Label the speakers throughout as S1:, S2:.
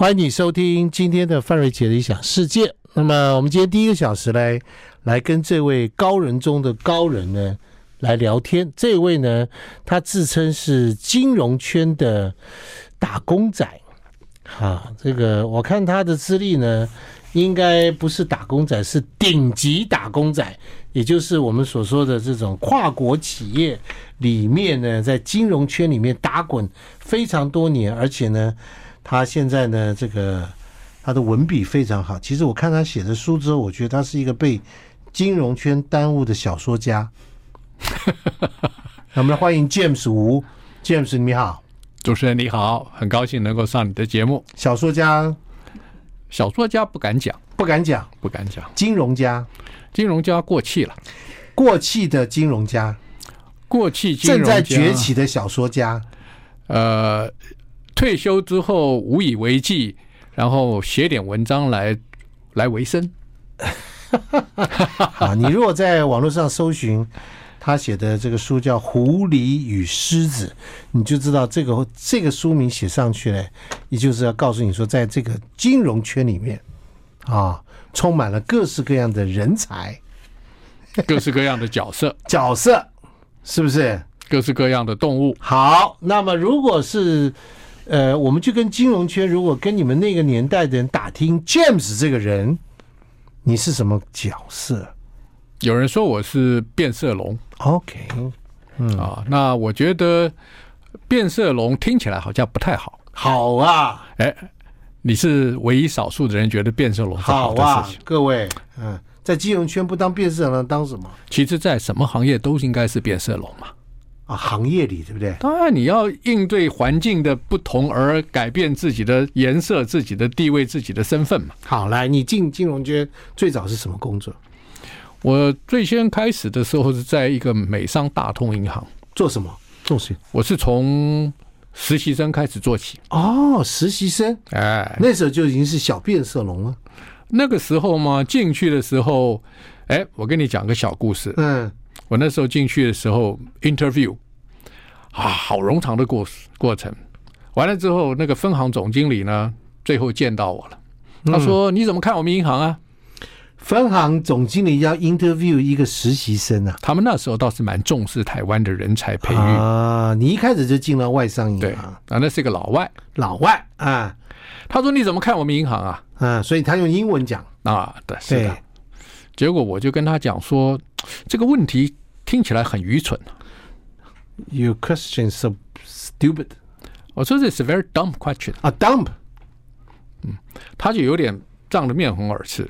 S1: 欢迎你收听今天的范瑞杰的理想世界。那么，我们今天第一个小时来来跟这位高人中的高人呢来聊天。这位呢，他自称是金融圈的打工仔，哈、这个我看他的资历呢，应该不是打工仔，是顶级打工仔，也就是我们所说的这种跨国企业里面呢，在金融圈里面打滚非常多年，而且呢，他现在呢，这个他的文笔非常好。其实我看他写的书之后，我觉得他是一个被金融圈耽误的小说 家。那我们来欢迎 James 吴，James 你好，
S2: 主持人你好，很高兴能够上你的节目。
S1: 小说家
S2: 小说家不敢讲，
S1: 不敢讲，
S2: 不敢讲，
S1: 金融家
S2: 金融家过气了，
S1: 过气的金融家，
S2: 过气金
S1: 正
S2: 融家
S1: 在崛。起的小说家，
S2: 呃，退休之后无以为继，然后写点文章来来 维生。
S1: 啊，你如果在网络上搜寻他写的这个书叫《狐狸与狮子》，你就知道这个这个书名写上去呢，也就是要告诉你说，在这个金融圈里面啊，充满了各式各样的人才
S2: 各式各样的角 色，
S1: 角色，是不是？
S2: 各式各样的动物。
S1: 好，那么如果是呃，我们就跟金融圈，如果跟你们那个年代的人打听 James 这个人，你是什么角色
S2: 有人说我是变色龙
S1: ？OK，嗯
S2: 啊，那我觉得变色龙听起来好像不太好。
S1: 好啊。
S2: 哎，你是唯一少数的人觉得变色龙是
S1: 好
S2: 的
S1: 啊
S2: 事情。，
S1: 各位，嗯，在金融圈不当变色龙当什么
S2: 其实，在什么行业都应该是变色龙嘛。
S1: 啊？行业里对不对？
S2: 当然，你要应对环境的不同而改变自己的颜色、自己的地位、自己的身份嘛。
S1: 好，来，你进金融圈最早是什么工作？
S2: 我最先开始的时候是在一个美商大通银行，
S1: 做什么？做谁？
S2: 我是从实习生开始做起。
S1: 哦，实习生，
S2: 哎，
S1: 那时候就已经是小变色龙了。
S2: 那个时候嘛，进去的时候，哎，我跟你讲个小故事。
S1: 嗯，
S2: 我那时候进去的时候，interview 啊，好冗长的过过程。完了之后，那个分行总经理呢，最后见到我了，他说：“你怎么看我们银行啊？”
S1: 分行总经理要 interview 一个实习生啊。
S2: 他们那时候倒是蛮重视台湾的人才培育，
S1: 啊，你一开始就进了外商
S2: 对
S1: 银行
S2: 啊，，那是一个老外。
S1: 老外啊
S2: 他说：“你怎么看我们银行啊
S1: 啊，所以他用英文讲，？”
S2: 啊，对，是
S1: 对
S2: 的。结果我就跟他讲说，这个问题听起来很愚蠢。
S1: ，Your question so stupid
S2: 我说这是 very dumb question。
S1: 啊，dump
S2: 他就有点涨得面红耳赤。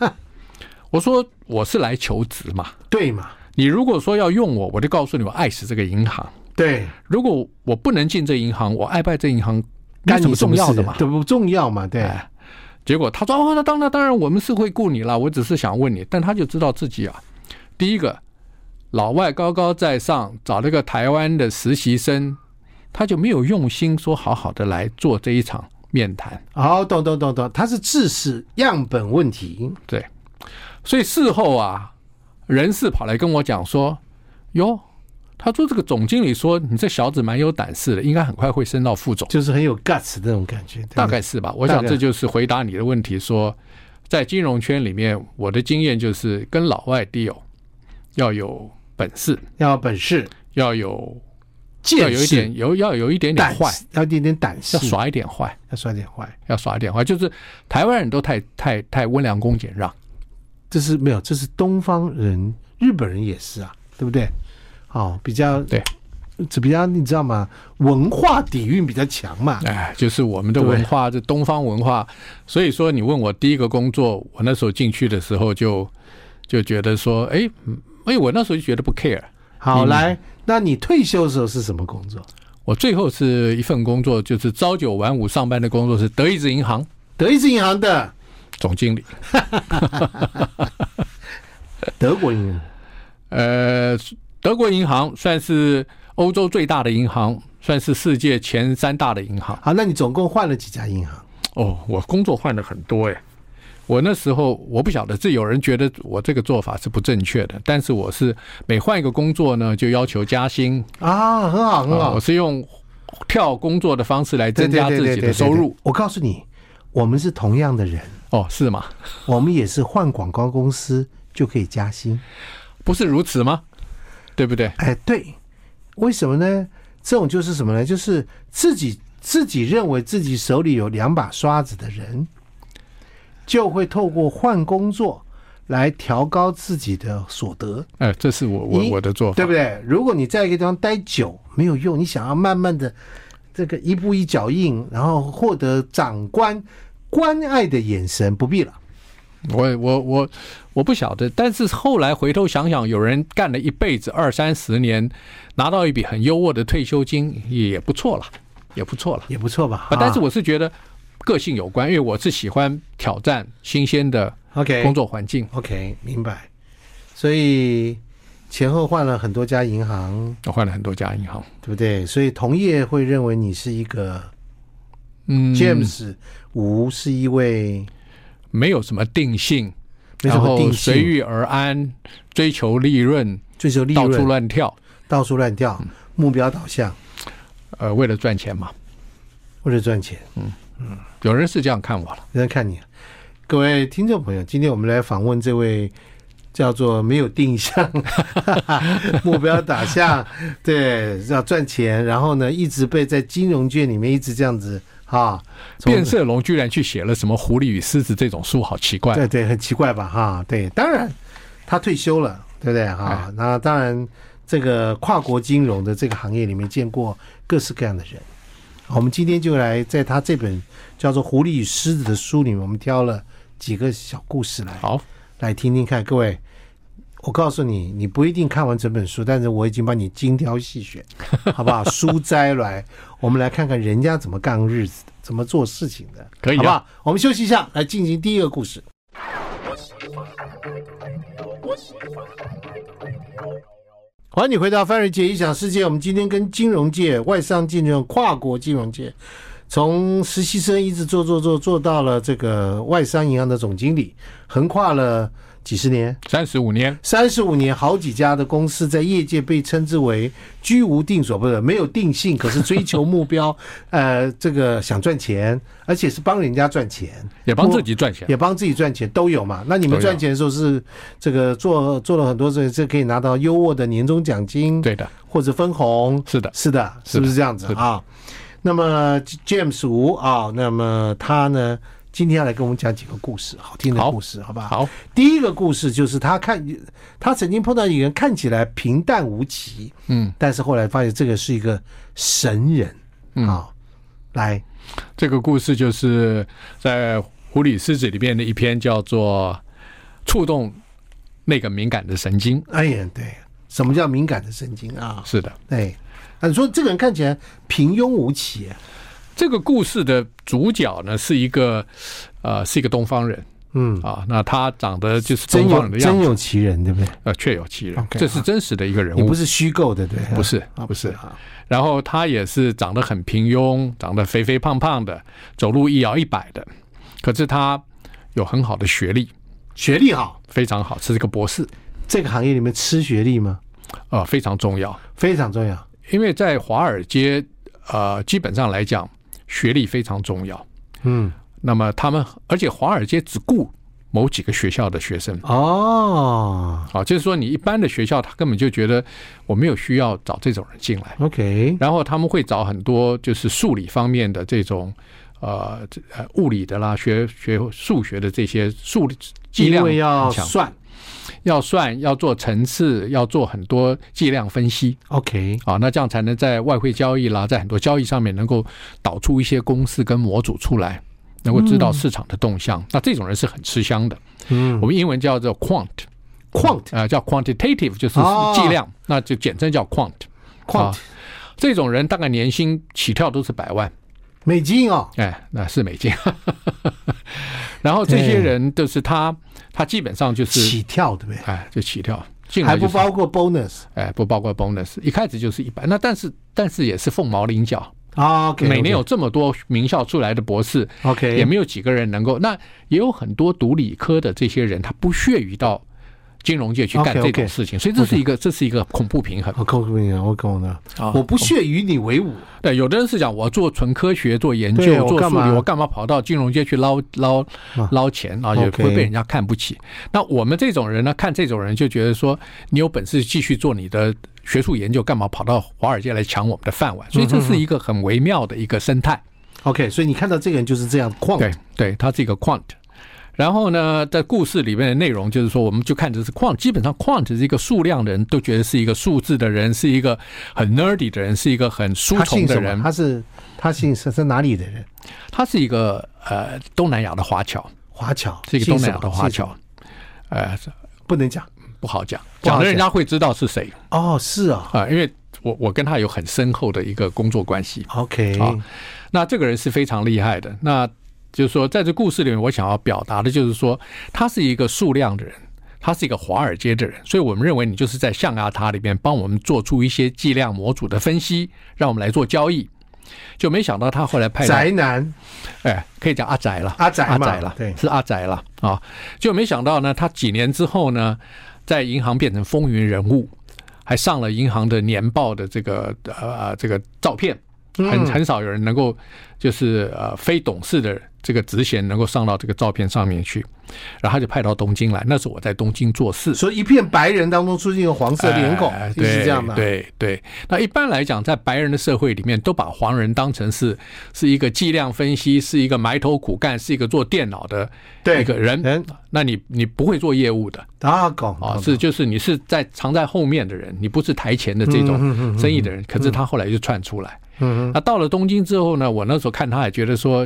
S2: 我说我是来求职嘛，
S1: 对嘛？
S2: 你如果说要用我，我就告诉你我爱死这个银行。
S1: 对，
S2: 如果我不能进这银行，我爱不爱这银行，
S1: 干
S2: 干
S1: 你
S2: 么
S1: 什
S2: 重
S1: 么
S2: 要
S1: 事
S2: 的嘛？
S1: 对不重要嘛？对，
S2: 哎结果他说：“哦，那当然，当然，我们是会雇你啦。我只是想问你，但他就知道自己啊，第一个老外高高在上，找了个台湾的实习生，他就没有用心说好好的来做这一场面谈。
S1: 好、懂懂懂懂，它是知识样本问题。
S2: 对，所以事后啊，人事跑来跟我讲说，哟，他说这个总经理说你这小子蛮有胆识的，应该很快会升到副总，
S1: 就是很有 guts 的那种感觉，对不对
S2: 大概是吧？我
S1: 大
S2: 想
S1: 概
S2: 这就是回答你的问题说在金融圈里面，我的经验就是跟老外 deal 要有本事，
S1: 要有本事、
S2: 要有要
S1: 见
S2: 有一
S1: 识、
S2: 点有要有一点点
S1: 胆
S2: 坏，
S1: 识，要一点点胆识，
S2: 要耍一点坏，
S1: 要耍点坏。
S2: 要耍一点坏，就是台湾人都太太太温良恭俭让。
S1: 这是没有，这是东方人，日本人也是啊，对不对？哦，比较
S2: 对，
S1: 这比较你知道吗？文化底蕴比较强嘛。
S2: 哎，就是我们的文化，这东方文化。所以说，你问我第一个工作，我那时候进去的时候就就觉得说，哎，嗯哎，我那时候就觉得不 care。
S1: 好，
S2: 嗯
S1: 来，那你退休的时候是什么工作？
S2: 我最后是一份工作，就是朝九晚五上班的工作，是德意志银行
S1: 德意志银行的
S2: 总经理。
S1: 德国银行，
S2: 呃，德国银行算是欧洲最大的银行，算是世界前三大的银行。
S1: 好，那你总共换了几家银行？
S2: 哦，我工作换了很多哎。我那时候我不晓得，这有人觉得我这个做法是不正确的，但是我是每换一个工作呢，就要求加薪
S1: 啊，很好，很
S2: 啊、
S1: 好
S2: 我。是用跳工作的方式来增加
S1: 对
S2: 自
S1: 对对
S2: 己
S1: 对对
S2: 的收
S1: 对
S2: 入。
S1: 我告诉你，我们是同样的人，
S2: 哦，是吗？
S1: 我们也是换广告公司就可以加薪。
S2: 不是如此吗？对不对？
S1: 哎，对，为什么呢？这种就是什么呢？就是自己自己认为自己手里有两把刷子的人，就会透过换工作来调高自己的所得，
S2: 哎，这是我我
S1: 你
S2: 我的做法。
S1: 对不对？如果你在一个地方待久没有用，你想要慢慢的这个一步一脚印，然后获得长官关爱的眼神，不必了。
S2: 我我我我不晓得，但是后来回头想想，有人干了一辈子二三十年，拿到一笔很优渥的退休金，也不错了，也不错了。
S1: 也不错吧？
S2: 啊，但是
S1: 我
S2: 我是觉得个性有关，因为我是喜欢挑战新鲜的
S1: 啊 OK
S2: 工作环境。
S1: OK 明白，所以前后换了很多家银行，
S2: 我换了很多家银行，
S1: 对不对？所以同业会认为你是一个
S2: 嗯
S1: James 吴、是一位
S2: 没有什么定性，
S1: 没什
S2: 然
S1: 么
S2: 后
S1: 定
S2: 随
S1: 性，
S2: 遇而安，追求利润，
S1: 追求利
S2: 到
S1: 润，
S2: 处乱嗯跳，
S1: 到处乱跳，目标导向
S2: 呃，为了赚钱嘛。
S1: 为了赚钱。
S2: 有人是这样看我了，
S1: 人家看你、各位听众朋友，今天我们来访问这位叫做没有定向、 目标导向，对，要赚钱，然后呢，一直被在金融圈里面一直这样子啊，从
S2: 变色龙居然去写了什么《狐狸与狮子》这种书，好奇怪。
S1: 对对，很奇怪吧？哈，对，当然他退休了，对不对？哈
S2: 哎，
S1: 那当然，这个跨国金融的这个行业里面见过各式各样的人。我们今天就来在他这本叫做《狐狸与狮子》的书里面，我们挑了几个小故事来
S2: 好，
S1: 来听听看。各位，我告诉你，你不一定看完整本书，但是我已经帮你精挑细 选，好不好？书摘来，我们来看看人家怎么干日子的，怎么做事情的，
S2: 可以
S1: 好不
S2: 啊。
S1: 好？我们休息一下，来进行第一个故事。欢迎你回到范瑞杰异想世界。我们今天跟金融界、外商金融、跨国金融界，从实习生一直做做做做到了这个外商银行的总经理，横跨了几十年，
S2: 三十五年，
S1: 三十五年，好几家的公司在业界被称之为居无定所，不是没有定性，可是追求目标， 呃，这个想赚钱，而且是帮人家赚钱，
S2: 也帮自己赚钱
S1: 也。帮自己赚钱，都有嘛。那你们
S2: 都有
S1: 赚钱的时候是这个做做了很多事，这可以拿到优渥的年终奖金，
S2: 对的，
S1: 或者分红，
S2: 是的，
S1: 是的，是不是这样子
S2: 是的
S1: 啊？那么 James 吴啊，那么他呢，今天要来跟我们讲几个故事，好听的
S2: 好
S1: 故事，好不好？
S2: 好，
S1: 第一个故事就是他看，他曾经碰到一个人看起来平淡无奇，
S2: 嗯，
S1: 但是后来发现这个是一个神人，
S2: 嗯
S1: 啊，来，
S2: 这个故事就是在《狐狸狮子》里面的一篇，叫做《触动那个敏感的神经》。
S1: 哎呀，对，什么叫敏感的神经啊？
S2: 是的，
S1: 对，啊，你说这个人看起来平庸无奇，
S2: 这个故事的主角呢是一个，呃，是一个东方人
S1: 嗯，
S2: 啊。那他长得就是
S1: 真
S2: 东方
S1: 有
S2: 人的样
S1: 真
S2: 子，
S1: 有其人，对不对？
S2: 呃，确有其人
S1: OK，，啊
S2: 这是真实的一个人
S1: 你
S2: 物
S1: 不，是虚构的，对不对，
S2: 不是
S1: 啊，
S2: 不是。
S1: 啊，
S2: 然后他也是长得很平庸，长得肥肥胖胖的，走路一摇一摆的。可是他有很好的学历，
S1: 学历好，
S2: 非常好，是一个博士，
S1: 这个行业里面吃学历吗？
S2: 呃，非常重要。
S1: 非常重要，
S2: 因为在华尔街，呃，基本上来讲，学历非常重要。
S1: 嗯，
S2: 那么他们，而且华尔街只雇某几个学校的学生，
S1: 哦
S2: 啊，就是说你一般的学校，他根本就觉得我没有需要找这种人进来。
S1: ，OK，
S2: 然后他们会找很多就是数理方面的这种，呃，这呃物理的啦，学学数学的这些数理计
S1: 因
S2: 量
S1: 为要
S2: 很强，
S1: 算
S2: 要算，要做层次，要做很多计量分析
S1: ，OK，
S2: 啊，那这样才能在外汇交易啦，在很多交易上面能够导出一些公式跟模组出来，能够知道市场的动向。那这种人是很吃香的，
S1: 嗯
S2: 我们英文叫做 quant。
S1: ，quant
S2: 啊、叫 quantitative，就是
S1: 哦
S2: 计量，那就简称叫 quant。
S1: quant
S2: 啊这种人大概年薪起跳都是百万，
S1: 美金哦，
S2: 哎，那是美金。 然后这些人就是他，他基本上就是
S1: 起跳对不对？
S2: 哎，就起跳进来
S1: 还
S2: 就
S1: 不
S2: 是
S1: 包括 bonus
S2: 哎，不包括 bonus，一开始就是一百。那但是但是也是凤毛麟角，
S1: 啊，OK，
S2: 每年有这么多名校出来的博士，
S1: OK，
S2: 也没有几个人能够。那也有很多读理科的这些人，他不屑于到金融界去干
S1: OK，
S2: 这种
S1: OK
S2: 事情，所以这是一个这是一个恐怖平衡。
S1: 我告诉你啊，我跟我呢，
S2: 啊
S1: 我不屑与你为伍。
S2: 对，有的人是讲我做纯科学、做研究
S1: 对、我
S2: 做
S1: 干
S2: 数
S1: 嘛
S2: 理，我干嘛跑到金融界去捞捞
S1: 啊
S2: 捞钱啊？也
S1: OK
S2: 会被人家看不起。那我们这种人呢，看这种人就觉得说，你有本事继续做你的学术研究，干嘛跑到华尔街来抢我们的饭碗？所以这
S1: 嗯
S2: 是一个很微妙的一个生态。
S1: OK，所以你看到这个人就是这样旷。
S2: 对对，它是一个 quant。然后呢，在故事里面的内容就是说，我们就看着是 quant，基本上 quant 是一个数量的人都觉得是一个数字的人，是一个很 nerdy 的人，是一个很书
S1: 他
S2: 虫
S1: 姓
S2: 的
S1: 什
S2: 人
S1: 么？。他是他姓是是哪里的人？
S2: 他是一个呃东南亚的华侨，
S1: 华侨，
S2: 是一个
S1: 姓
S2: 东南
S1: 什
S2: 亚
S1: 么
S2: 的华，侨，呃
S1: 姓不能讲。
S2: 不好讲，
S1: 不好
S2: 讲
S1: 讲
S2: 的人家会知道是谁
S1: 哦，是啊
S2: 啊、因为我我跟他有很深厚的一个工作关系。
S1: ，OK，
S2: 好那这个人是非常厉害的。那就是说，在这故事里面，我想要表达的就是说，他是一个数量的人，他是一个华尔街的人，所以我们认为你就是在象牙塔里面帮我们做出一些计量模组的分析，让我们来做交易。就没想到他后来派到
S1: 宅男
S2: 哎，可以讲阿宅了，
S1: 阿宅
S2: 阿
S1: 嘛
S2: 宅了，
S1: 对
S2: 是阿宅了啊！就没想到呢，他几年之后呢，在银行变成风云人物，还上了银行的年报的这个呃这个照片，
S1: 嗯
S2: 很很少有人能够就是呃非董事的这个职衔能够上到这个照片上面去，然后他就派到东京来，那时候我在东京做事，
S1: 所以一片白人当中出现一个黄色脸孔
S2: 哎，
S1: 一直这样的。，
S2: 对对对，那一般来讲，在白人的社会里面，都把黄人当成是是一个计量分析，是一个埋头苦干，是一个做电脑的
S1: 对
S2: 一个人。
S1: 人
S2: 那你你不会做业务的
S1: 啊，懂
S2: 啊，
S1: 懂
S2: 是就是你是在藏在后面的人，你不是台前的这种生意的人。可是他后来就窜出来。
S1: 嗯
S2: 那到了东京之后呢，我那时候看他也觉得说，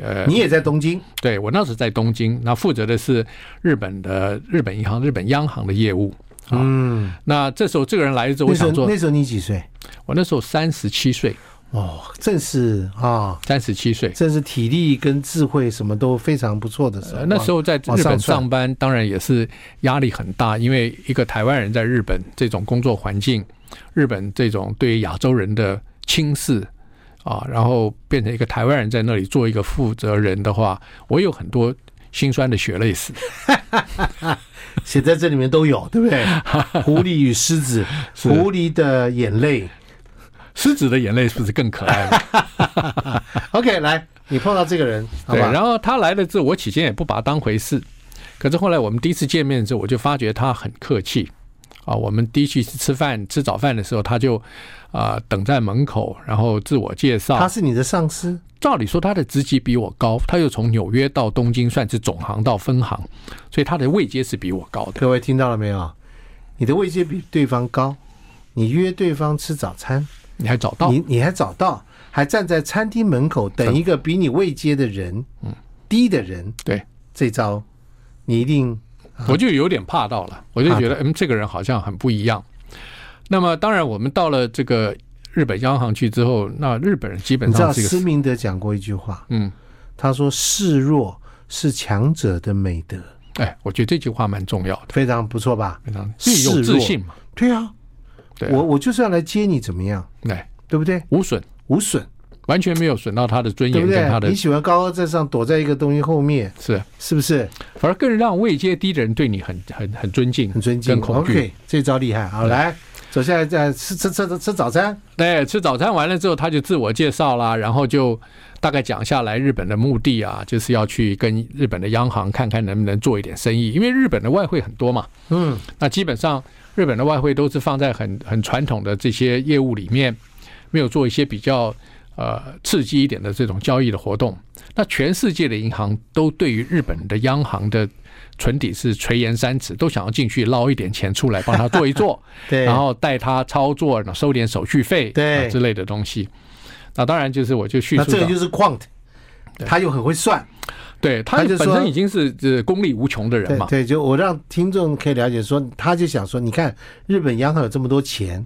S2: 呃，
S1: 你也在东京
S2: 对我那时候在东京，那负责的是日本的日本银行、日本央行的业务。
S1: 嗯，
S2: 那这时候这个人来了之后，
S1: 那
S2: 我
S1: 时候
S2: 啊想说，
S1: 那时候你几岁？
S2: 我那时候三十七岁，
S1: 哦，正是啊，
S2: 三十七岁。
S1: 正是体力跟智慧什么都非常不错的时候。啊
S2: 呃，那时候在
S1: 往
S2: 日
S1: 上
S2: 本
S1: 窜
S2: 上班，当然也是压力很大，因为一个台湾人在日本这种工作环境，日本这种对于亚洲人的轻视啊，然后变成一个台湾人在那里做一个负责人的话，我有很多心酸的血泪史。
S1: 写在这里面都有，对不 对？狐狸与狮子，
S2: 是
S1: 狐狸的眼泪。
S2: 狮子的眼泪是不是更可爱了？
S1: OK，来，你碰到这个人，好
S2: 对，
S1: 吧？
S2: 然后他来了之后，我起先也不把他当回事，可是后来我们第一次见面之后，我就发觉他很客气。啊，我们第一次吃饭吃早饭的时候，他就啊、等在门口，然后自我介
S1: 他
S2: 绍。
S1: 是你的上司，
S2: 照理说他的职级比我高，他又从纽约到东京算是总行到分行，所以他的位阶是比我高的。
S1: 各位听到了没有？你的位阶比对方高，你约对方吃早餐，
S2: 你还找到
S1: 你你还找到，还站在餐厅门口等一个比你位阶的人，低的人，
S2: 嗯对，
S1: 这招你一定
S2: 我就有点怕到了，我就觉得嗯，这个人好像很不一样。那么当然，我们到了这个日本央行去之后，那日本人基本
S1: 你知道
S2: 上是一
S1: 施
S2: 个
S1: 明德讲过一句话，
S2: 嗯，
S1: 他说示弱是强者的美德，
S2: 哎，我觉得这句话蛮重要的，
S1: 非常不错吧？
S2: 非常
S1: 示
S2: 是
S1: 弱
S2: 有自信嘛，
S1: 对啊，
S2: 对、
S1: 我
S2: 啊，
S1: 我就是要来接你，怎么样？
S2: 对，
S1: 对不对？
S2: 无损，
S1: 无损，
S2: 完全没有损到他的尊
S1: 对
S2: 严
S1: 不
S2: 跟他的
S1: 对？你喜欢高高在上，躲在一个东西后面，
S2: 是，啊
S1: 是不是
S2: 反而更让位阶低的人对你很很很尊敬，
S1: 很尊敬
S2: 跟恐惧。
S1: ？OK，这招厉害。好，来走下来，再吃吃吃吃早餐。
S2: 对，哎吃早餐完了之后，他就自我介绍啦，然后就大概讲下来日本的目的啊，就是要去跟日本的央行看看能不能做一点生意，因为日本的外汇很多嘛，
S1: 嗯，
S2: 那基本上日本的外汇都是放在很很传统的这些业务里面，没有做一些比较呃刺激一点的这种交易的活动。那全世界的银行都对于日本的央行的存底是垂涎三尺，都想要进去捞一点钱出来帮他做一做。
S1: 对。
S2: 然后带他操作，然后收点手续费
S1: 对
S2: 啊之类的东西。那当然就是我就叙
S1: 那
S2: 述
S1: 这个
S2: 到
S1: 就，是 quant，
S2: 对
S1: 他又很会算。
S2: 对他
S1: 他就
S2: 本
S1: 说
S2: 身已经是呃功力无穷的人
S1: 对
S2: 嘛，
S1: 对，就我让听众可以了解说，他就想说，你看日本央行有这么多钱，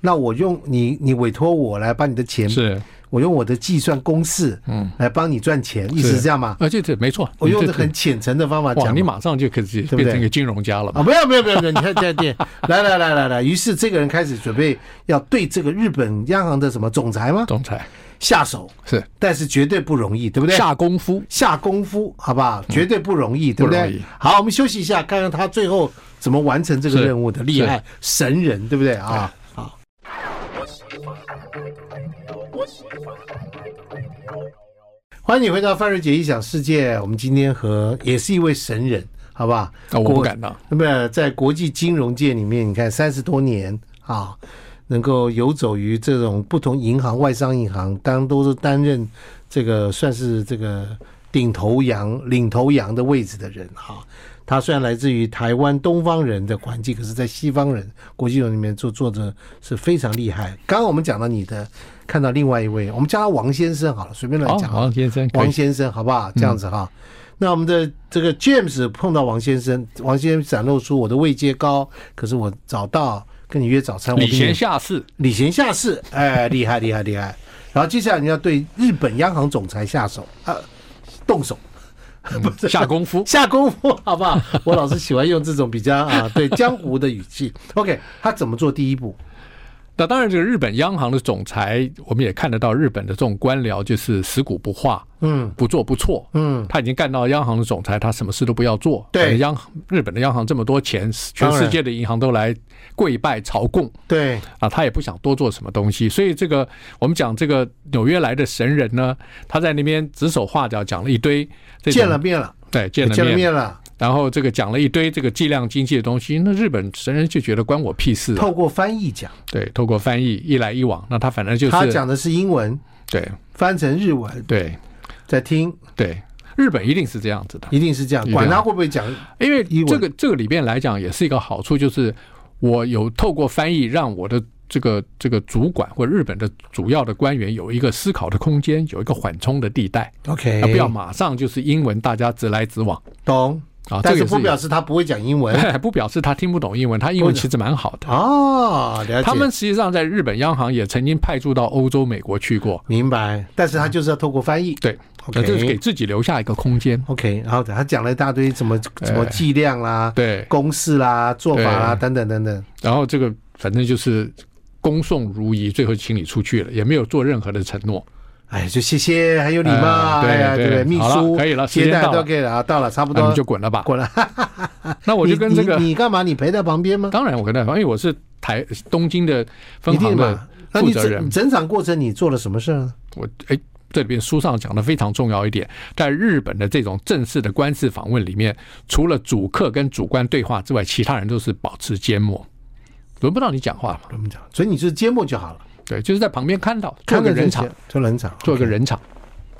S1: 那我用你你委托我来把你的钱，
S2: 是，
S1: 我用我的计算公式，
S2: 嗯，
S1: 来帮你赚钱，意思是这样吗？
S2: 而且这啊没错，
S1: 我
S2: 你
S1: 用
S2: 这
S1: 的很浅层的方法
S2: 哇，
S1: 讲
S2: 你
S1: 嘛。
S2: 马上就可以
S1: 不对
S2: 变成一个金融家了
S1: 啊，
S2: 嘛，
S1: 没有没有没有没有，你看这店， 来来来来来，于是这个人开始准备要对这个日本央行的什么总裁吗？
S2: 总裁
S1: 下手，
S2: 是
S1: 但是绝对不容易，对不对？
S2: 下功夫。
S1: 下功夫，好不好？绝对不容易，对不
S2: 嗯不容
S1: 对
S2: 易？
S1: 好，我们休息一下，看看他最后怎么完成这个
S2: 是
S1: 任务的，厉害神人，对不对啊？好，欢迎你回到范瑞杰异想世界。我们今天和也是一位神人，好不好？
S2: 啊，我不敢当。
S1: 那么在国际金融界里面，你看三十多年啊，能够游走于这种不同银行、外商银行，当然都是担任这个算是这个顶头羊、领头羊的位置的人哈、他虽然来自于台湾东方人的环境，可是，在西方人国际人里面做做的是非常厉害。刚刚我们讲到你的，看到另外一位，我们叫他王先生好了，随便乱
S2: 好，
S1: 讲。
S2: 啊
S1: 啊
S2: 王先生，可以嗯
S1: 王先生，好不好？这样子哈。那我们的这个 James 碰到王先生，王先生展露出我的位阶高，可是我早到跟你约早餐，我
S2: 礼
S1: 比你
S2: 贤下士，
S1: 礼贤下士，哎，厉害厉害厉害。然后接下来你要对日本央行总裁下手，呃，动手
S2: 下功夫。
S1: 下功夫，好不 好？我老是喜欢用这种比较啊，对江湖的语气。OK，他怎么做第一步？
S2: 那当然，这个日本央行的总裁，我们也看得到日本的这种官僚就是死骨不化，
S1: 嗯
S2: 不做不错。
S1: 嗯，
S2: 他已经干到央行的总裁，他什么事都不要做。
S1: 对
S2: 反正央日本的央行这么多钱，全世界的银行都来跪拜朝贡
S1: 对，
S2: 啊，他也不想多做什么东西。所以这个我们讲这个纽约来的神人呢，他在那边指手画脚讲了一堆这种，
S1: 见了面了，
S2: 对见了
S1: 见了
S2: 面，
S1: 面了，
S2: 然后这个讲了一堆这个计量经济的东西，那日本神人就觉得关我屁事啊。
S1: 透过翻译讲，
S2: 对，透过翻译一来一往，那他反正就是
S1: 他讲的是英文，
S2: 对
S1: 翻成日文
S2: 对
S1: 再听，
S2: 对，日本一定是这样子的，
S1: 一定是这样，
S2: 一定
S1: 管他
S2: 啊
S1: 会不会讲，
S2: 因为
S1: 英文
S2: 这个这个里边来讲也是一个好处，就是我有透过翻译让我的。这个这个主管或日本的主要的官员有一个思考的空间，有一个缓冲的地带，
S1: OK，
S2: 啊，不要马上就是英文，大家直来直往
S1: 懂，
S2: 啊。
S1: 但
S2: 这
S1: 是
S2: 个
S1: 不表
S2: 也
S1: 示他不会讲英文
S2: 不表示他听不懂英文，他英文
S1: 不
S2: 其实蛮好的。
S1: 哦，了解。
S2: 他们实际上在日本央行也曾经派驻到欧洲、美国去过，
S1: 明白，但是他就是要透过翻译。
S2: 嗯对，
S1: OK
S2: 那就是给自己留下一个空间。
S1: OK，然后他讲了一大堆怎么怎么
S2: 哎
S1: 计量啦、
S2: 对，
S1: 公式啦、做法啦等等等等。
S2: 然后这个反正就是恭送如仪，最后请你出去了，也没有做任何的承诺。
S1: 哎，就谢谢，很有礼貌，
S2: 哎对
S1: 哎呀，对不对？
S2: 对
S1: 秘
S2: 好了
S1: 书
S2: 可以了时
S1: 接
S2: 间
S1: 待
S2: 到了
S1: 都可以了啊，到了，差不
S2: 那哎你
S1: 多
S2: 们就滚了吧。
S1: 滚了。
S2: 那 我就跟
S1: 你
S2: 这个
S1: 你，你干嘛？你陪在旁边吗？
S2: 当然我跟他，因为我是台东京的分
S1: 一
S2: 行
S1: 定
S2: 的
S1: 嘛。那你
S2: 负责人
S1: 整整场过程你做了什么事儿呢？
S2: 我，哎，这里边书上讲的非常重要一点，在日本的这种正式的官事访问里面，除了主客跟主官对话之外，其他人都是保持缄默，轮不到你讲话嘛。
S1: 我们讲，所以你就是缄默就好了，
S2: 对，就是在旁边看到做个
S1: 看着就
S2: 人场
S1: 行，，做人场，
S2: 做
S1: OK
S2: 个人场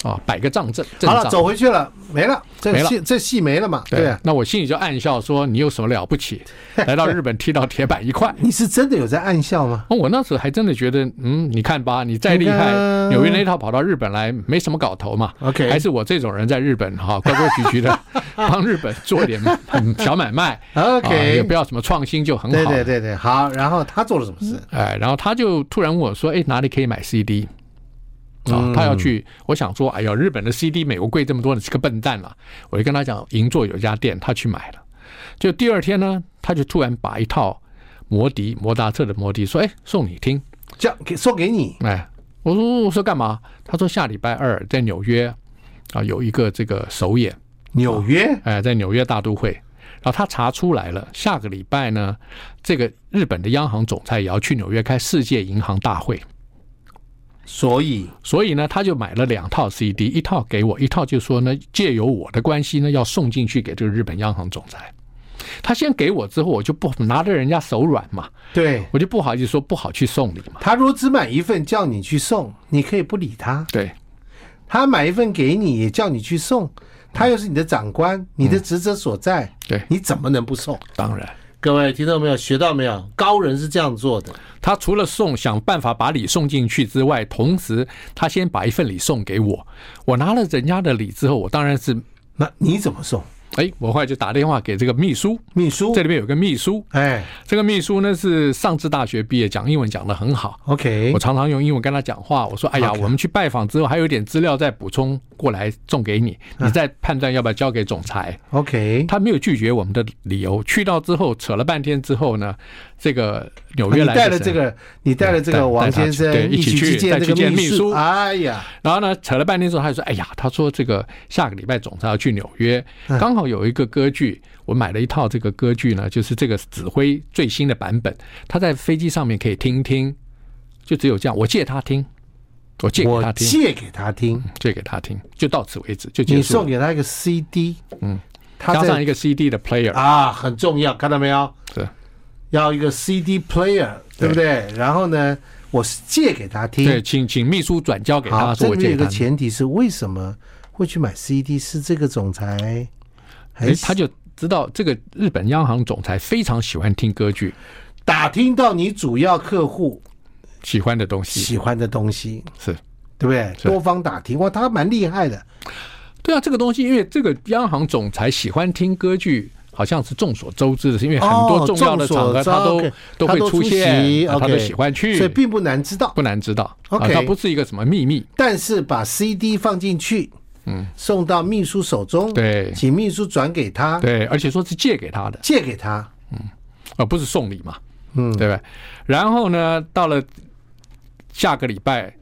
S2: 啊，摆个仗阵。阵
S1: 好了，
S2: 仗
S1: 走回去了，没了，这
S2: 没了
S1: 戏这戏没了嘛？对啊，
S2: 那我心里就暗笑说：“你有什么了不起？来到日本踢到铁板一块。
S1: 你是真的有在暗笑吗？
S2: 哦”我那时候还真的觉得，嗯，你看吧，你再厉害
S1: 你看，啊
S2: 纽约那一套跑到日本来，没什么搞头嘛。
S1: OK
S2: 还是我这种人在日本哈、 规规矩 矩的帮日本做点嗯小买卖
S1: OK
S2: 啊也不要什么创新就很好。
S1: 对对对对，好。然后他做了什么事？
S2: 哎，然后他就突然问我说：“哎，哪里可以买 CD？” 啊，他要去，我想说，哎呀，日本的 CD 美国贵这么多，你是个笨蛋了。我就跟他讲，银座有一家店，他去买了。就第二天呢，他就突然把一套摩笛摩达特的摩笛说：“哎，送你听。
S1: 这样给送给你”
S2: 哎，我说我说干嘛？他说下礼拜二在纽约啊有一个这个首演，
S1: 纽约
S2: 哎，在纽约大都会。然后他查出来了，下个礼拜呢，这个日本的央行总裁也要去纽约开世界银行大会。
S1: 所以
S2: 所以呢，他就买了两套 CD，一套给我，一套就说呢，借由我的关系呢，要送进去给这个日本央行总裁。他先给我之后，我就不拿着人家手软嘛，
S1: 对
S2: 我就不好意思说不好去送礼嘛。
S1: 他如果只买一份叫你去送，你可以不理他；
S2: 对
S1: 他买一份给你也叫你去送，他又是你的长官，你的职责所在，
S2: 对，
S1: 你怎么能不送？
S2: 当然，
S1: 各位听到没有？学到没有？高人是这样做的。
S2: 他除了送想办法把礼送进去之外，同时他先把一份礼送给我，我拿了人家的礼之后，我当然是
S1: 那你怎么送？
S2: 哎，我后来就打电话给这个秘书，
S1: 秘书
S2: 这，里面有个秘书，
S1: 哎
S2: 这个秘书呢是上智大学毕业，讲英文讲得很好。
S1: ，OK，
S2: 我常常用英文跟他讲话，我说：“哎呀，
S1: OK
S2: 我们去拜访之后，还有一点资料再补充过来送给你，
S1: 啊
S2: 你再判断要不要交给总裁。”
S1: OK，
S2: 他没有拒绝我们的理由。去到之后扯了半天之后呢，这个纽约
S1: 啊你
S2: 来
S1: 带
S2: 的
S1: 了这，
S2: 神
S1: 个，你带了这个
S2: 带
S1: 王
S2: 带他
S1: 先
S2: 去对
S1: 生
S2: 一起
S1: 起
S2: 去
S1: 去见
S2: 再
S1: 这
S2: 去
S1: 个
S2: 见秘
S1: 书，
S2: 书
S1: 哎呀，
S2: 然后呢扯了半天之后，他就说：“哎呀，他说这个下个礼拜总裁要去纽约，
S1: 嗯
S2: 刚好有一个歌剧，我买了一套这个歌剧呢，就是这个指挥最新的版本，他在飞机上面可以听听，就只有这样，我借他听，我借给
S1: 我
S2: 他听。”嗯
S1: 借给他听，
S2: 借给他听，就到此为止，就结
S1: 你
S2: 束
S1: 送
S2: 了。
S1: 给他一个 CD，
S2: 嗯，
S1: 他
S2: 加上
S1: 在
S2: 一个 CD 的 player，、
S1: 啊，很重要，看到没有？
S2: 是
S1: 要一个 CD player，对不对？然后呢，我是借给他听，
S2: 对，请请秘书转交给
S1: 好，
S2: 他，
S1: 这
S2: 说我
S1: 里面
S2: 借
S1: 有个
S2: 给他听。
S1: 前提是为什么会去买 CD？是这个总裁还
S2: 哎，
S1: 是
S2: 他就知道这个日本央行总裁非常喜欢听歌剧，
S1: 打听到你主要客户
S2: 喜欢的东西
S1: 喜欢的东西，
S2: 是。
S1: 对不对？
S2: 嗯是
S1: 多方打听，哇，他蛮厉害的。
S2: 对啊，这个东西，因为这个央行总裁喜欢听歌剧，好像是众所周知的，是因为很
S1: 哦
S2: 多重要的场合
S1: 众所
S2: 他都、
S1: 周
S2: 都会
S1: 他都出
S2: 出
S1: 席
S2: 现，啊他都
S1: OK
S2: 喜欢去，
S1: 所以并不难知道。
S2: 不难知道。
S1: OK
S2: 啊，它不是一个什么秘密。
S1: 但是把
S2: 嗯
S1: CD 放进去，嗯，送到秘书手中，，
S2: 对
S1: 请秘书转给他，
S2: 对，而且说是借给他的，
S1: 借给他，
S2: 而不是送礼嘛。
S1: 嗯，
S2: 对吧？然后呢，到了下个礼拜，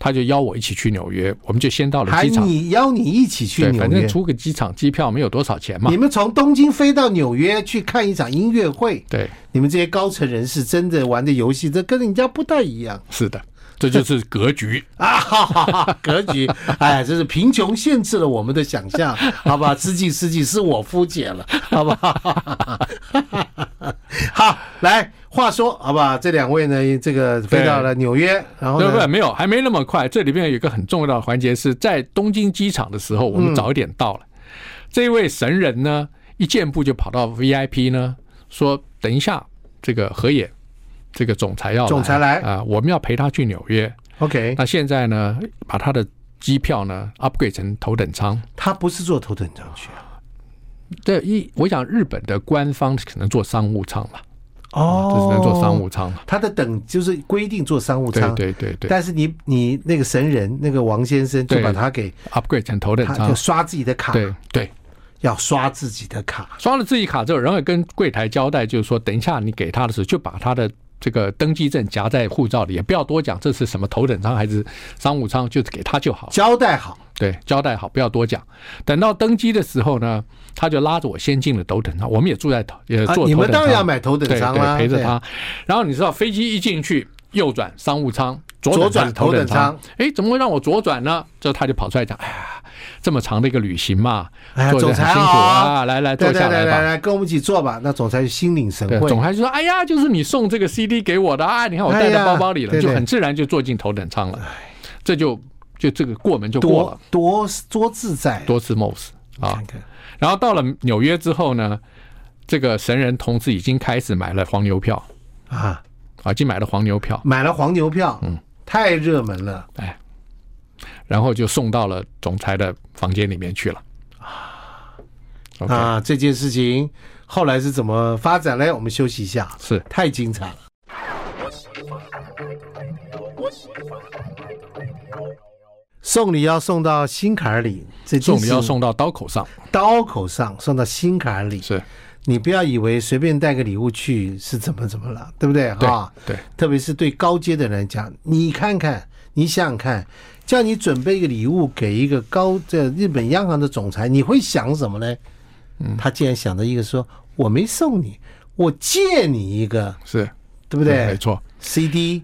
S2: 他就邀我一起去纽约，我们就先到了
S1: 还
S2: 机场。
S1: 你邀你一起去
S2: 对，
S1: 纽
S2: 反
S1: 约
S2: 正，出个机场机票没有多少钱嘛
S1: 你。们从东京飞到纽约去看一场音乐会，
S2: 对，
S1: 你们这些高层人士真的玩的游戏，这跟人家不太一样
S2: 是的，这就是格 局。
S1: 啊！哈哈哈， 格局，哎，这是贫穷限制了我们的想象，好吧？失敬失敬，是我肤浅了，好吧？ 好，来，话说，好吧？这两位呢，这个飞到了纽约，然后
S2: 对不对？
S1: 呢，
S2: 没有，还没那么快。这里面有一个很重要的环节是在东京机场的时候，
S1: 嗯
S2: 我们早一点到了。这位神人呢，一见步就跑到 VIP 呢，说：“等一下，这个河野，这个总裁要
S1: 总裁来哎
S2: 啊、我们要陪他去纽约。”
S1: OK，
S2: 那现在呢，把他的机票呢 upgrade 成头等舱。
S1: 他不是坐头等舱去啊
S2: 对，一我想日本的官方可能做商务舱了，
S1: 哦
S2: 就只能做商务舱了。
S1: 他的等就是规定坐商务
S2: 对
S1: 舱，
S2: 对对对
S1: 但是你你那个神人那个王先生就
S2: 对
S1: 把他给
S2: ，upgrade 成头等
S1: 他
S2: 舱
S1: 就。刷自己的卡，
S2: 对对，
S1: 要刷自己的卡，
S2: 刷了自己卡之后，然后跟柜台交代，就是说，等一下你给他的时候，就把他的这个登记证夹在护照里，也不要多讲这是什么头等舱还是商务舱，就是给他就好。
S1: 交代好
S2: 对，交代好，不要多讲。等到登机的时候呢，他就拉着我先进了头等舱，我们也住在呃头，也
S1: 啊！
S2: 坐头等舱。
S1: 你们当然要买头等
S2: 对
S1: 舱
S2: 对
S1: 啦，
S2: 陪着
S1: 对啊
S2: 他。然后你知道飞机一进去，右转商务舱，
S1: 左
S2: 左
S1: 转
S2: 转
S1: 头
S2: 头
S1: 等
S2: 等
S1: 舱
S2: 舱。哎，怎么会让我左转呢？这他就跑出来讲，哎呀，这么长的一个旅行嘛，
S1: 哎呀
S2: 坐
S1: 总
S2: 得很
S1: 裁
S2: 辛苦
S1: 啊
S2: 啊，来来
S1: 对
S2: 坐
S1: 对
S2: 下
S1: 对，来
S2: 吧。
S1: 来，跟我们一起坐吧。那总裁就心领神
S2: 对，
S1: 会
S2: 总，裁就说：“哎呀，就是你送这个 CD 给我的啊，你看我带
S1: 哎呀
S2: 到包包里了，
S1: 对
S2: 就
S1: 对
S2: 很自然就坐进头等舱了。这就就这个过门就过
S1: 多
S2: 了，
S1: 多多自在啊，
S2: 多次 mos 啊。
S1: 看看
S2: 然后到了纽约之后呢，这个神人同志已经开始买了黄牛票
S1: 啊！
S2: 啊，已经买了黄牛票。
S1: 买了黄牛票，嗯，太热门了，
S2: 然后就送到了总裁的房间里面去了。OK，、
S1: 啊！这件事情后来是怎么发展嘞？我们休息一下，
S2: 是
S1: 太精彩了。送礼要送到心坎里，这
S2: 所以
S1: 件
S2: 我们要
S1: 事
S2: 送到刀口上，
S1: 刀口上，送到心坎里。
S2: 是
S1: 你不要以为随便带个礼物去是怎么怎么了，对不对？
S2: 对、
S1: 哈，
S2: 对，
S1: 特别是对高阶的人来讲，你看看，你想想看，叫你准备一个礼物给一个高这日本央行的总裁，你会想什么呢？
S2: 嗯
S1: 他竟然想着一个说，我没送你，我借你一个，
S2: 是，
S1: 对不
S2: 嗯
S1: 对
S2: 没？错，
S1: CD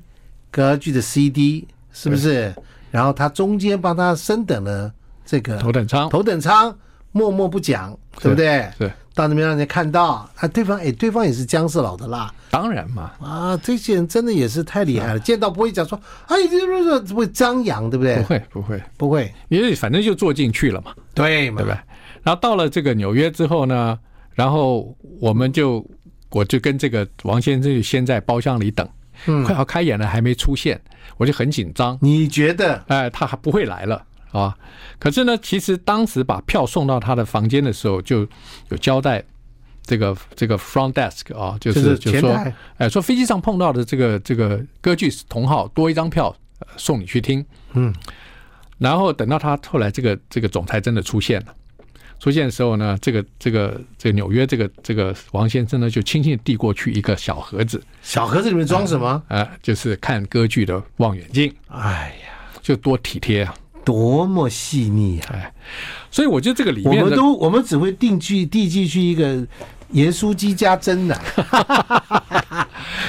S1: 歌剧的 CD 是不是？然后他中间帮他升等了这个
S2: 头等舱
S1: 头等舱，默默不讲，对不对？
S2: 是
S1: 到那边让人家看到啊，对方哎，对方也是姜是老的辣
S2: 当然嘛，
S1: 啊，这些人真的也是太厉害了，见到不会讲说哎，这这这会张扬，对不
S2: 不
S1: 对？
S2: 会不会，
S1: 不会，
S2: 因为反正就坐进去了嘛，
S1: 对嘛
S2: 对？吧？然后到了这个纽约之后呢，然后我们就我就跟这个王先生就先在包厢里等，
S1: 嗯
S2: 快要开演了还没出现，我就很紧张，
S1: 你觉得
S2: 哎，他还不会来了。啊。可是呢，其实当时把票送到他的房间的时候，就有交代这个这个 front desk 啊，就
S1: 就是
S2: 是就
S1: 前
S2: 是说，
S1: 台
S2: 哎，说飞机上碰到的这个这个歌剧同好多一张票、呃送你去听，
S1: 嗯，
S2: 然后等到他后来这个这个总裁真的出现了，出现的时候呢，这个这个这个纽约这个这个王先生呢就轻轻地递过去一个小盒子，
S1: 小盒子里面装什么？
S2: 啊、就是看歌剧的望远镜，
S1: 哎呀，
S2: 就多体贴啊！
S1: 多么细腻啊！
S2: 哎所以我觉得这个里
S1: 我
S2: 面
S1: 们
S2: 的
S1: 都我们只会定居地寄去一个盐酥鸡加蒸奶，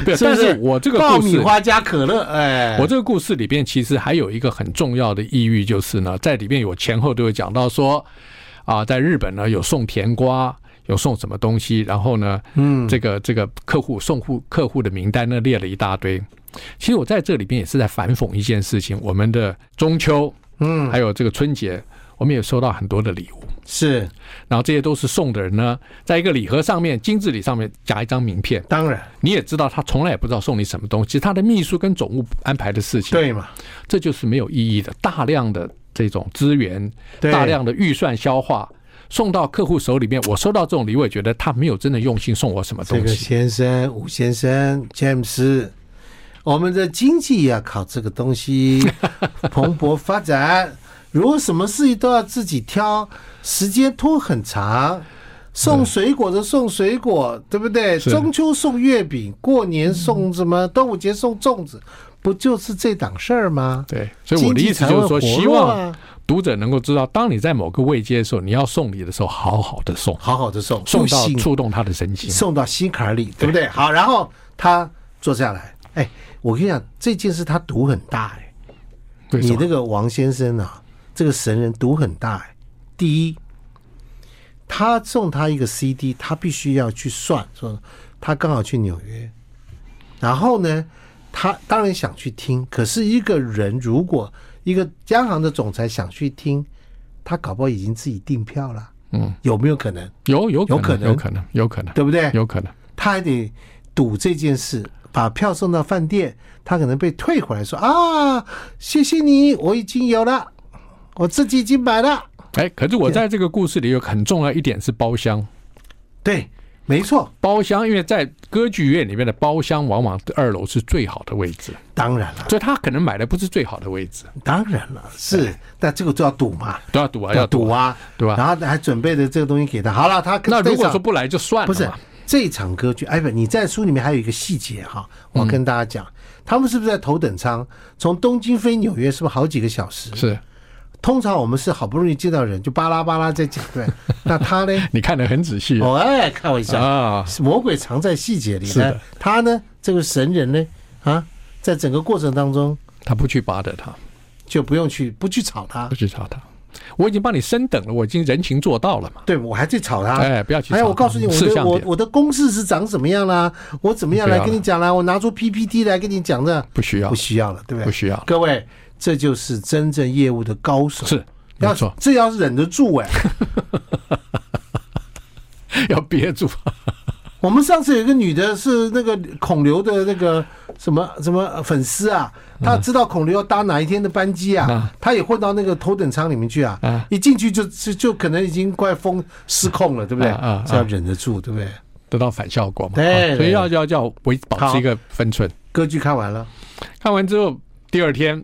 S2: 对，
S1: 是不
S2: 但
S1: 是
S2: 是我这个
S1: 爆
S2: 故
S1: 米
S2: 事，
S1: 花加可乐，哎，
S2: 我这个故事里边其实还有一个很重要的意义，就是呢，在里面有前后都有讲到说，啊，在日本呢有送甜瓜，有送什么东西，然后呢，
S1: 嗯，
S2: 这个这个客户送户客户的名单呢列了一大堆。其实我在这里边也是在反讽一件事情，我们的中秋
S1: 嗯
S2: 还有这个春节，我们也收到很多的礼物。
S1: 是
S2: 然后这些都是送的人呢，在一个礼盒上面、精致礼上面夹一张名片，
S1: 当然
S2: 你也知道他从来也不知道送你什么东西，是他的秘书跟总务安排的事情，，
S1: 对嘛？
S2: 这就是没有意义的。大量的这种资源，
S1: 对，
S2: 大量的预算消化送到客户手里面，我收到这种礼，我也觉得他没有真的用心送我什么
S1: 这
S2: 东
S1: 个
S2: 西。
S1: 先生吴先生 James，我们的经济要靠这个东西 蓬勃发展。如果什么事情都要自己挑，时间拖很长。送水果的送水果，对不对？
S2: 是
S1: 中秋送月饼，过年送什么？端午节送粽子，不就是这档事儿吗？
S2: 对，所以我的意思就是说，
S1: 经济才会
S2: 希
S1: 活络
S2: 望
S1: 啊
S2: 读者能够知道，当你在某个位阶的时候，你要送礼的时候，好好的送，
S1: 好好的送，
S2: 送
S1: 用
S2: 到
S1: 心
S2: 触动他的神经。
S1: 送到心坎儿里，对不对？好，然后他坐下来，哎，我跟你讲，这件事他赌很大、哎，
S2: 对，
S1: 你那个王先生啊，这个神人赌很大、哎。第一，他送他一个 CD，他必须要去算，说他刚好去纽约，然后呢，他当然想去听，可是一个人如果一个央行的总裁想去听，他搞不好已经自己订票了，
S2: 嗯，
S1: 有没有可能？
S2: 有有
S1: 有可
S2: 可
S1: 能
S2: 能，有可能，有可能，
S1: 对不对？
S2: 有可能。
S1: 他还得赌这件事，把票送到饭店，他可能被退回来说啊，谢谢你，我已经有了，我自己已经买了。
S2: 哎，可是我在这个故事里有很重要一点是包厢，
S1: 对，没错，
S2: 包厢，因为在歌剧院里面的包厢往往二楼是最好的位置，
S1: 当然了，
S2: 所以他可能买的不是最好的位置，
S1: 当然了，是，但这个就要赌嘛，
S2: 都要赌啊，要
S1: 赌
S2: 啊，
S1: 啊，
S2: 对吧？
S1: 然后还准备的这个东西给他，好了，他
S2: 那如
S1: 这
S2: 果
S1: 场
S2: 说不来就算了
S1: 不
S2: 嘛，
S1: 是这场歌剧，哎不，你在书里面还有一个细节哈，我
S2: 嗯
S1: 要跟大家讲，他们是不是在头等舱从东京飞纽约，是不是好几个小时？
S2: 是，
S1: 通常我们是好不容易见到人就巴拉巴拉在讲， 对，那他呢？
S2: 你看得很仔细
S1: 哦，哎，开玩笑，
S2: 啊，
S1: 魔鬼藏在细节里
S2: 是
S1: 呢
S2: 的。
S1: 他呢，这个神人呢，啊，在整个过程当中
S2: 他不去扒的他，
S1: 就不用去不去吵他
S2: 不，去查他，我已经帮你升等了，我已经人情做到了嘛，
S1: 对我还去吵他。
S2: 哎，不要去查他。
S1: 哎呀，我告诉你，我
S2: 四
S1: 的
S2: 项
S1: 我
S2: 点
S1: 我的公式是长什么样啦，我怎么样来
S2: 不要
S1: 跟你
S2: 了
S1: 讲啦，我拿出 PPT 来跟你讲的，
S2: 不需要
S1: 不，需要了，对不
S2: 不
S1: 对？
S2: 需要，
S1: 各位，这就是真正业务的高手，
S2: 是没
S1: 要
S2: 错，
S1: 这要忍得住哎。
S2: 要憋住，
S1: 我们上次有一个女的是那个孔刘的那个什么什么粉丝啊，她知道孔刘要搭哪一天的班机啊
S2: 嗯，
S1: 她也混到那个头等舱里面去啊
S2: 嗯，
S1: 一进去就就就可能已经快疯失控了，对不对
S2: 啊啊啊？
S1: 这要忍得住，对不对？
S2: 得到反效果嘛，
S1: 对
S2: 啊所以要要要维保
S1: 好
S2: 持一个分寸。
S1: 歌剧看完了，
S2: 看完之后，第二天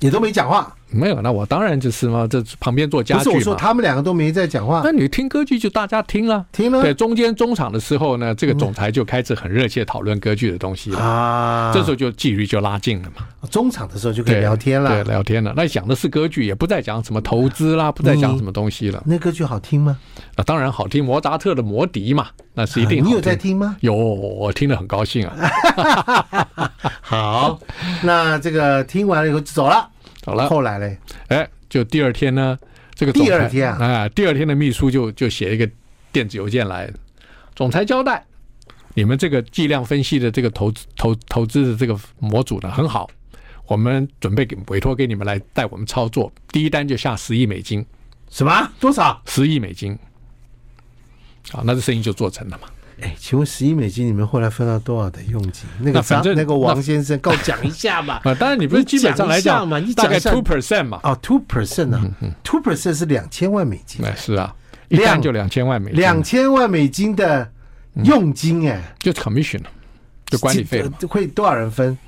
S1: 也都没讲话，
S2: 没有，那我当然就是嘛，这旁边做
S1: 不
S2: 家
S1: 是我
S2: 具
S1: 说
S2: 嘛。
S1: 他们嗯两个都没在讲话
S2: 那，你听歌剧就大家听了。
S1: 听了
S2: 对，中间中场的时候呢，这个总裁就开始很热切讨论歌剧的东西了。
S1: 啊，
S2: 这时候就距离就拉近了嘛，
S1: 中场的时候就可以
S2: 对，
S1: 聊天
S2: 对，
S1: 了。嗯
S2: 聊天了。那讲的是歌剧，也不再讲什么投资啦，不再讲什么东西了。
S1: 那歌剧好听吗？
S2: 那当然好听，莫扎特的《魔笛》嘛，那是一
S1: 啊
S2: 定
S1: 你
S2: 好听。
S1: 有在听吗？
S2: 有，我听得很高兴啊。
S1: 好，那这个听完了以后就走了。
S2: 好了，
S1: 后来嘞，
S2: 哎，就第二天呢，这个
S1: 第
S2: 总裁
S1: 二天啊
S2: 哎第二天的秘书就就写一个电子邮件来，总裁交代，你们这个计量分析的这个投资投投资的这个模组呢很好，我们准备给委托给你们来带我们操作，第一单就下十亿美金，
S1: 什么多少？
S2: 十亿美金，啊，那这生意就做成了嘛。
S1: 哎，请问十一美金你们后来分到多少的佣金？那个
S2: 那反
S1: 张
S2: 正。
S1: 那个王先生，跟我讲一下嘛
S2: 啊，当然你不是基本上来
S1: 你讲一下嘛你
S2: 大
S1: 讲
S2: 概
S1: 一下
S2: two percent 嘛，
S1: 哦，two percent
S2: 嗯
S1: 啊，two percent 是两千万美金，
S2: 哎是啊，一单
S1: 两
S2: 就两千万美金，
S1: 两千万美金的佣金哎，
S2: 就是 commission 了就管理费了嘛。
S1: 这会多少人分？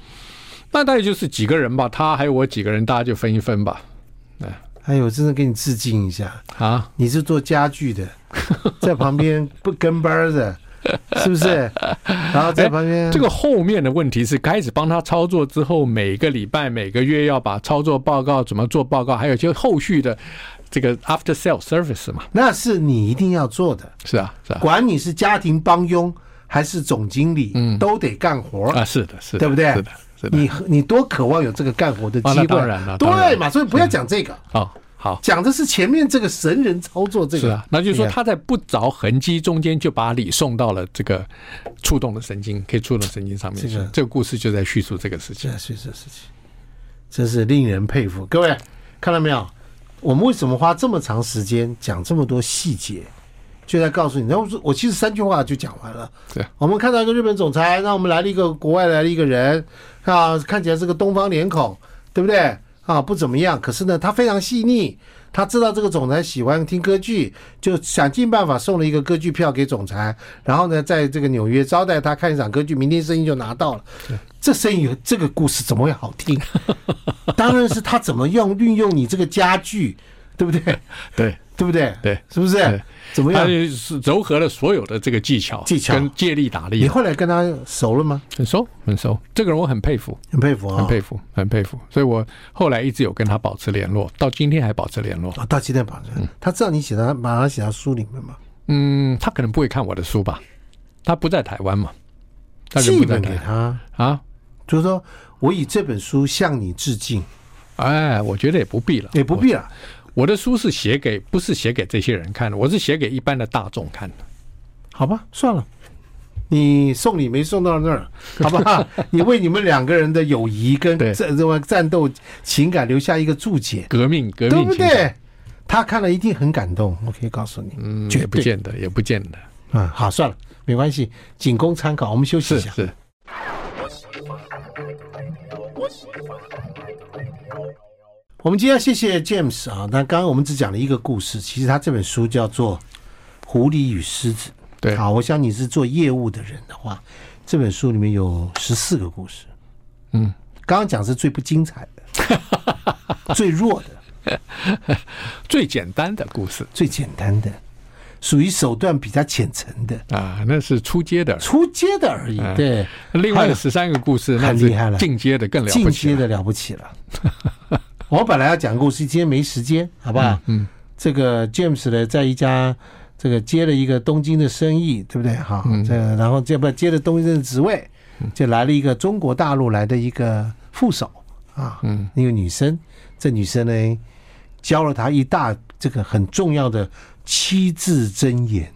S2: 那大概就是几个人吧，他还有我几个人，大家就分一分吧。
S1: 哎呦，真的给你致敬一下，
S2: 啊，
S1: 你是做家具的，在旁 边不跟班儿的，是不是？然后在旁边
S2: 这个后面的问题是开始帮他操作之后，每个礼拜、每个月要把操作报告怎么做报告，还有一些后续的这个 after sale service 嘛，
S1: 那是你一定要做的，
S2: 是啊，是啊，
S1: 管你是家庭帮佣还是总经理，
S2: 嗯
S1: 都得干活。
S2: 啊，是的，是的，
S1: 对不对
S2: 是的，是的。嗯
S1: 你你多渴望有这个干活的机
S2: 啊
S1: 会，
S2: 那当然了当然
S1: 对嘛？所以不要讲这个，
S2: 哦，好，
S1: 讲的是前面这个神人操作这
S2: 是
S1: 个。
S2: 啊，那就是说
S1: 对啊
S2: 他在不着痕迹中间就把你送到了这个触动的神经，可以触动神经上面去。
S1: 这个
S2: 这个故事就在叙述这个事情
S1: 这。是这事情，真是令人佩服。各位看到没有？我们为什么花这么长时间讲这么多细节？就在告诉你，然后我其实三句话就讲完了。
S2: 对，
S1: 我们看到一个日本总裁，让我们来了一个国外来了一个人啊，看起来是个东方脸孔，对不对？啊，不怎么样，可是呢，他非常细腻，他知道这个总裁喜欢听歌剧，就想尽办法送了一个歌剧票给总裁，然后呢，在这个纽约招待他看一场歌剧，明天生意就拿到了。这生意有这个故事怎么会好听？ 当然是他怎么样运用你这个家具，对不对？
S2: 对，
S1: 对不对？
S2: 对，
S1: 是不是
S2: 对？
S1: 怎么
S2: 他
S1: 样？
S2: 就是糅合了所有的这个技巧、
S1: 技巧
S2: 跟借力打
S1: 你
S2: 力，
S1: 后来跟他熟了吗？
S2: 很熟很熟。这个人我很佩服，
S1: 很佩服啊、
S2: 很佩服，很佩服。所以我后来一直有跟他保持联络，到今天还保持联络。
S1: 哦，到今天保证，他知道你写到马上写到书里面嘛？
S2: 嗯，他可能不会看我的书吧？他不在台湾嘛？他人
S1: 寄
S2: 不在
S1: 本给
S2: 台
S1: 他，
S2: 啊？
S1: 就是说我以这本书向你致敬，
S2: 哎，我觉得也不必了，
S1: 也不必了。
S2: 我的书是写给不是写给这些人看的，我是写给一般的大众看的。
S1: 好吧，算了，你送礼没送到那 儿，好不好？你为你们两个人的友谊跟
S2: 对
S1: 战这么战斗情感留下一个注解，
S2: 革命革
S1: 对
S2: 命
S1: 不
S2: 情感，
S1: 对？他看了一定很感动，我可以告诉你，
S2: 嗯，
S1: 绝
S2: 也不
S1: 对
S2: 见得，也不见得，
S1: 啊。好，算了，没关系，仅供参考。我们休息一
S2: 是
S1: 下。
S2: 是。
S1: 我们今天要谢谢 James 啊，那刚刚我们只讲了一个故事，其实他这本书叫做《狐狸与狮子》。
S2: 对
S1: 好，我想你是做业务的人的话，这本书里面有十四个故事。
S2: 嗯，
S1: 刚刚讲是最不精彩 的，最弱的，
S2: 最简单的故事
S1: 最简单的，属于手段比较浅层的、
S2: 啊，那是初阶的，
S1: 出街的而已。
S2: 嗯
S1: 对，
S2: 另外的十三个故事那
S1: 哎很
S2: 是
S1: 厉害了
S2: 进阶的更了
S1: 进
S2: 不起
S1: 阶
S2: 了。
S1: 的了不起了。 我本来要讲故事，今天没时间，好不好？
S2: 嗯，
S1: 这个 James 呢，在一家这个接了一个东京的生意，对不对？哈，
S2: 嗯
S1: 这然后接不接了东京的职位，就来了一个中国大陆来的一个副手啊，
S2: 嗯，
S1: 一个女生。这女生呢，教了他一大这个很重要的七字真言。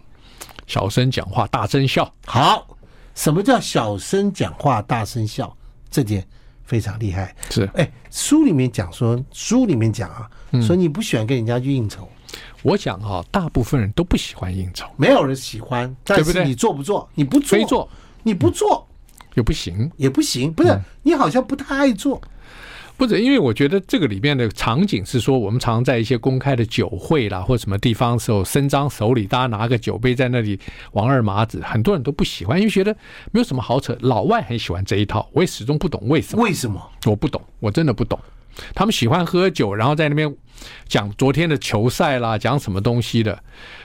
S2: 小声讲话，大声笑，
S1: 好，什么叫小声讲话，大声笑？这点非常厉害。
S2: 是
S1: 哎，书里面讲说，书里面讲啊，
S2: 嗯
S1: 说你不喜欢跟人家去应酬，
S2: 我想哈、大部分人都不喜欢应酬，
S1: 没有人喜欢，但
S2: 对不
S1: 是
S2: 对
S1: 你做不做？你不做，
S2: 非做嗯
S1: 你不做
S2: 又不行，
S1: 也不行，不是？你好像不太爱做，
S2: 不是，因为我觉得这个里面的场景是说，我们常在一些公开的酒会啦，或什么地方的时候，伸张手里，大家拿个酒杯在那里玩二麻子，很多人都不喜欢，因为觉得没有什么好扯。老外很喜欢这一套，我也始终不懂为什么，
S1: 为什么？
S2: 我不懂，我真的不懂。他们喜欢喝酒，然后在那边讲昨天的球赛啦，讲什么东西的。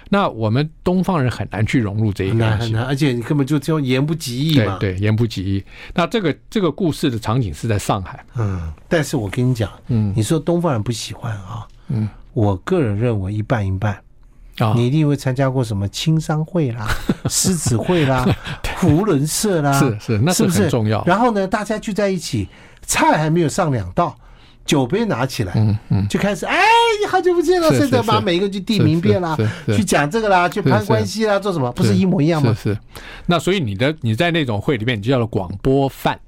S2: 那我们东方人很难去融入这一
S1: 很
S2: 个
S1: 难
S2: 东
S1: 很
S2: 西，
S1: 难，而且你根本就就言不及义
S2: 对
S1: 嘛。
S2: 对，言不及义。那这个这个故事的场景是在上海，
S1: 嗯，但是我跟你讲，
S2: 嗯
S1: 你说东方人不喜欢啊，
S2: 嗯，
S1: 我个人认为一半一半。
S2: 啊，
S1: 你一定会参加过什么青商会 啦、狮子会啦、胡伦社啦，
S2: 是是那是
S1: 不
S2: 很重要
S1: 然后呢，大家聚在一起，菜还没有上两道，酒杯拿起来，
S2: 嗯嗯，
S1: 就开始哎，你好久不见了，
S2: 是
S1: 现在
S2: 是
S1: 把
S2: 是
S1: 每一个去递
S2: 是
S1: 名
S2: 是
S1: 片啦
S2: 是，是
S1: 去讲这个啦，去攀
S2: 是
S1: 关系啦，做什么？不是一模一样吗？
S2: 是是，那所以你的你在那种会里面，你就叫做广播饭，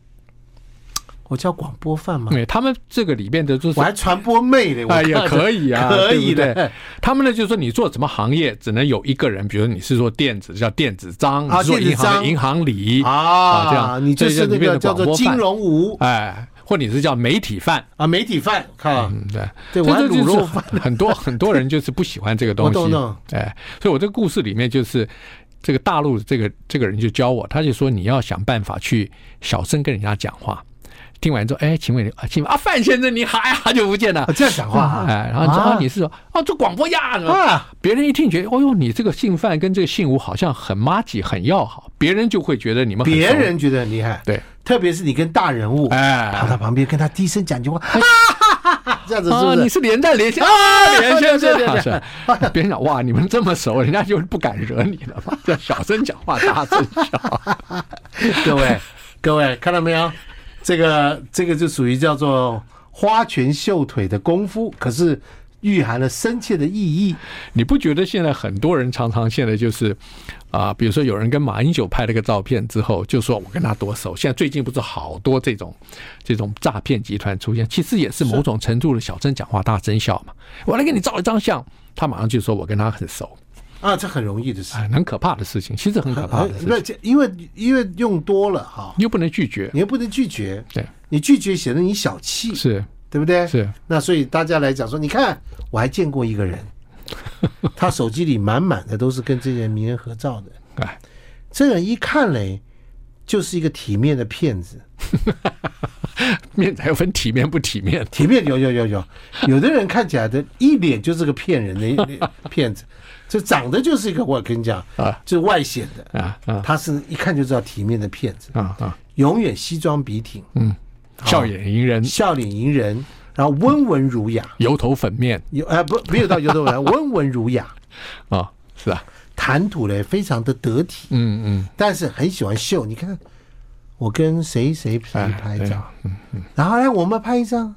S1: 我叫广播饭嘛，
S2: 对他们这个里面的就是
S1: 我还传播妹嘞，我
S2: 嗯哎
S1: 看
S2: 也
S1: 着
S2: 可以啊，
S1: 可以
S2: 对不对。
S1: 的
S2: 他们呢就是说你做什么行业，只能有一个人，比如你是做电子叫电子章，
S1: 啊
S2: 你是做银
S1: 电子
S2: 行
S1: 章
S2: 银行里，啊这
S1: 啊，
S2: 样
S1: 你就是那
S2: 这就
S1: 个
S2: 是
S1: 叫
S2: 广播
S1: 做
S2: 饭
S1: 金融无
S2: 哎，或你是叫媒体饭，
S1: 啊，媒体饭，看
S2: 嗯，对。
S1: 对，我
S2: 这
S1: 还
S2: 这
S1: 卤
S2: 就是
S1: 肉饭，
S2: 很很多很多人就是不喜欢这个
S1: 我
S2: 东
S1: 懂
S2: 西，
S1: 懂，
S2: 哎，所以我这个故事里面就是这个大陆这个这个人就教我，他就说你要想办法去小声跟人家讲话。听完之后，哎，请问你啊，请问啊，范先生你好呀，好久不见了
S1: 啊，。这样讲话啊，
S2: 哎，然后你说
S1: 啊
S2: 啊，你是说哦，做广播呀？什么
S1: 啊，
S2: 别人一听觉得，哦呦，你这个姓范跟这个姓吴好像很妈吉，很要好，别人就会觉得你们很熟
S1: 别人觉得很厉害，
S2: 对，
S1: 特别是你跟大人物跑
S2: 哎
S1: 到旁边跟他低声讲句话，哈哈 哈，这样子是
S2: 啊，
S1: 不
S2: 你
S1: 是？
S2: 是连战连先啊， 连先
S1: 对对对
S2: 生，是 别人讲哇，你们这么熟，人家就不敢惹你了嘛，这小声讲话，大声笑，
S1: 各位 各位看到没有？这个这个就属于叫做花拳绣腿的功夫，可是蕴含了深切的意义。
S2: 你不觉得现在很多人常常现在就是啊、比如说有人跟马英九拍了个照片之后，就说我跟他多熟，现在最近不是好多这种这种诈骗集团出现，其实也是某种程度的小声讲话大声笑嘛，我来给你照一张相，他马上就说我跟他很熟，
S1: 啊，这很容易的事，呃
S2: 哎，很可怕的事情，其实很可怕的事
S1: 不
S2: 情，
S1: 是，因为因为用多了哈，
S2: 你又不能拒绝，
S1: 你又不能拒绝，
S2: 对，
S1: 你拒绝显得你小气，
S2: 是
S1: 对不对？
S2: 是。
S1: 那所以大家来讲说，你看我还见过一个 人，他手机里满满的都是跟这些名人合照的，
S2: 哎，
S1: 这人一看嘞，就是一个体面的骗子。
S2: 面子还有分体面不体面，
S1: 体面有有有有，有的人看起来的一脸就是个骗人的骗子，就长得就是一个我跟你讲
S2: 啊，
S1: 就是外显的，
S2: 啊啊
S1: 他是一看就知道体面的骗子，
S2: 啊啊！
S1: 永远西装笔挺，
S2: 嗯，笑眼迎人，
S1: 笑脸迎人，然后温文儒雅，
S2: 油头粉面
S1: 有啊、不没有到油头文， 温文儒雅，
S2: 啊，是啊，
S1: 谈吐嘞非常的得体，
S2: 嗯嗯，
S1: 但是很喜欢秀。你看我跟谁谁谁
S2: 哎
S1: 拍
S2: 对嗯
S1: 照，然后来我们拍一张，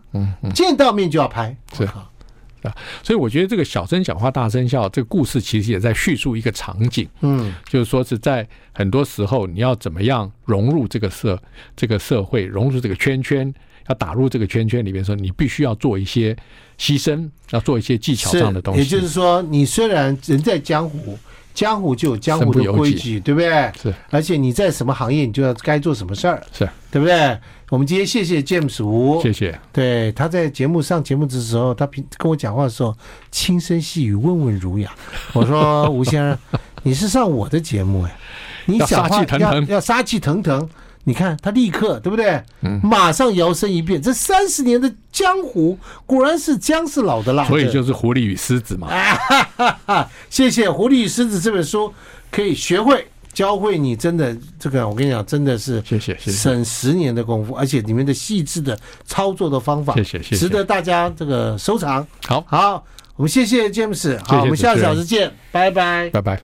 S1: 见到面就要拍，
S2: 是啊，所以我觉得这个小声讲话大声笑这个故事，其实也在叙述一个场景，
S1: 嗯，
S2: 就是说是在很多时候你要怎么样融入这个社这个社会，融入这个圈圈。要打入这个圈圈里面的时候，你必须要做一些牺牲，要做一些技巧
S1: 是，
S2: 上的东西。
S1: 也就是说，你虽然人在江湖，江湖就有江湖的
S2: 身不由
S1: 规
S2: 己
S1: 矩，对不对？
S2: 是
S1: 而且你在什么行业，你就要该做什么事儿，
S2: 是，
S1: 对不对？我们今天谢谢 James 吴，
S2: 谢谢。
S1: 对他在节目上节目的时候，他平跟我讲话的时候轻声细语，温文儒雅。我说吴先生，你是上我的节目哎，你
S2: 要
S1: 讲
S2: 杀
S1: 话
S2: 气腾
S1: 要
S2: 腾
S1: 要杀气腾腾。你看他立刻对不对？
S2: 嗯
S1: 马上摇身一变，这三十年的江湖果然是姜哦是哎老的辣。
S2: 所
S1: 这
S2: 以就是狐狸与狮子嘛。
S1: 啊，谢谢《狐狸与狮子》这本书，可以学会教会你真的这个，我跟你讲，真的是
S2: 谢谢，谢谢。
S1: 省十年的功夫，而且里面的细致的操作的方法，
S2: 谢谢谢谢
S1: 值得大家这个收藏。
S2: 好，
S1: 好，我们谢谢 James，好，
S2: 谢谢
S1: 我们下个
S2: 主持
S1: 小
S2: 人
S1: 时见，拜拜。
S2: 拜拜。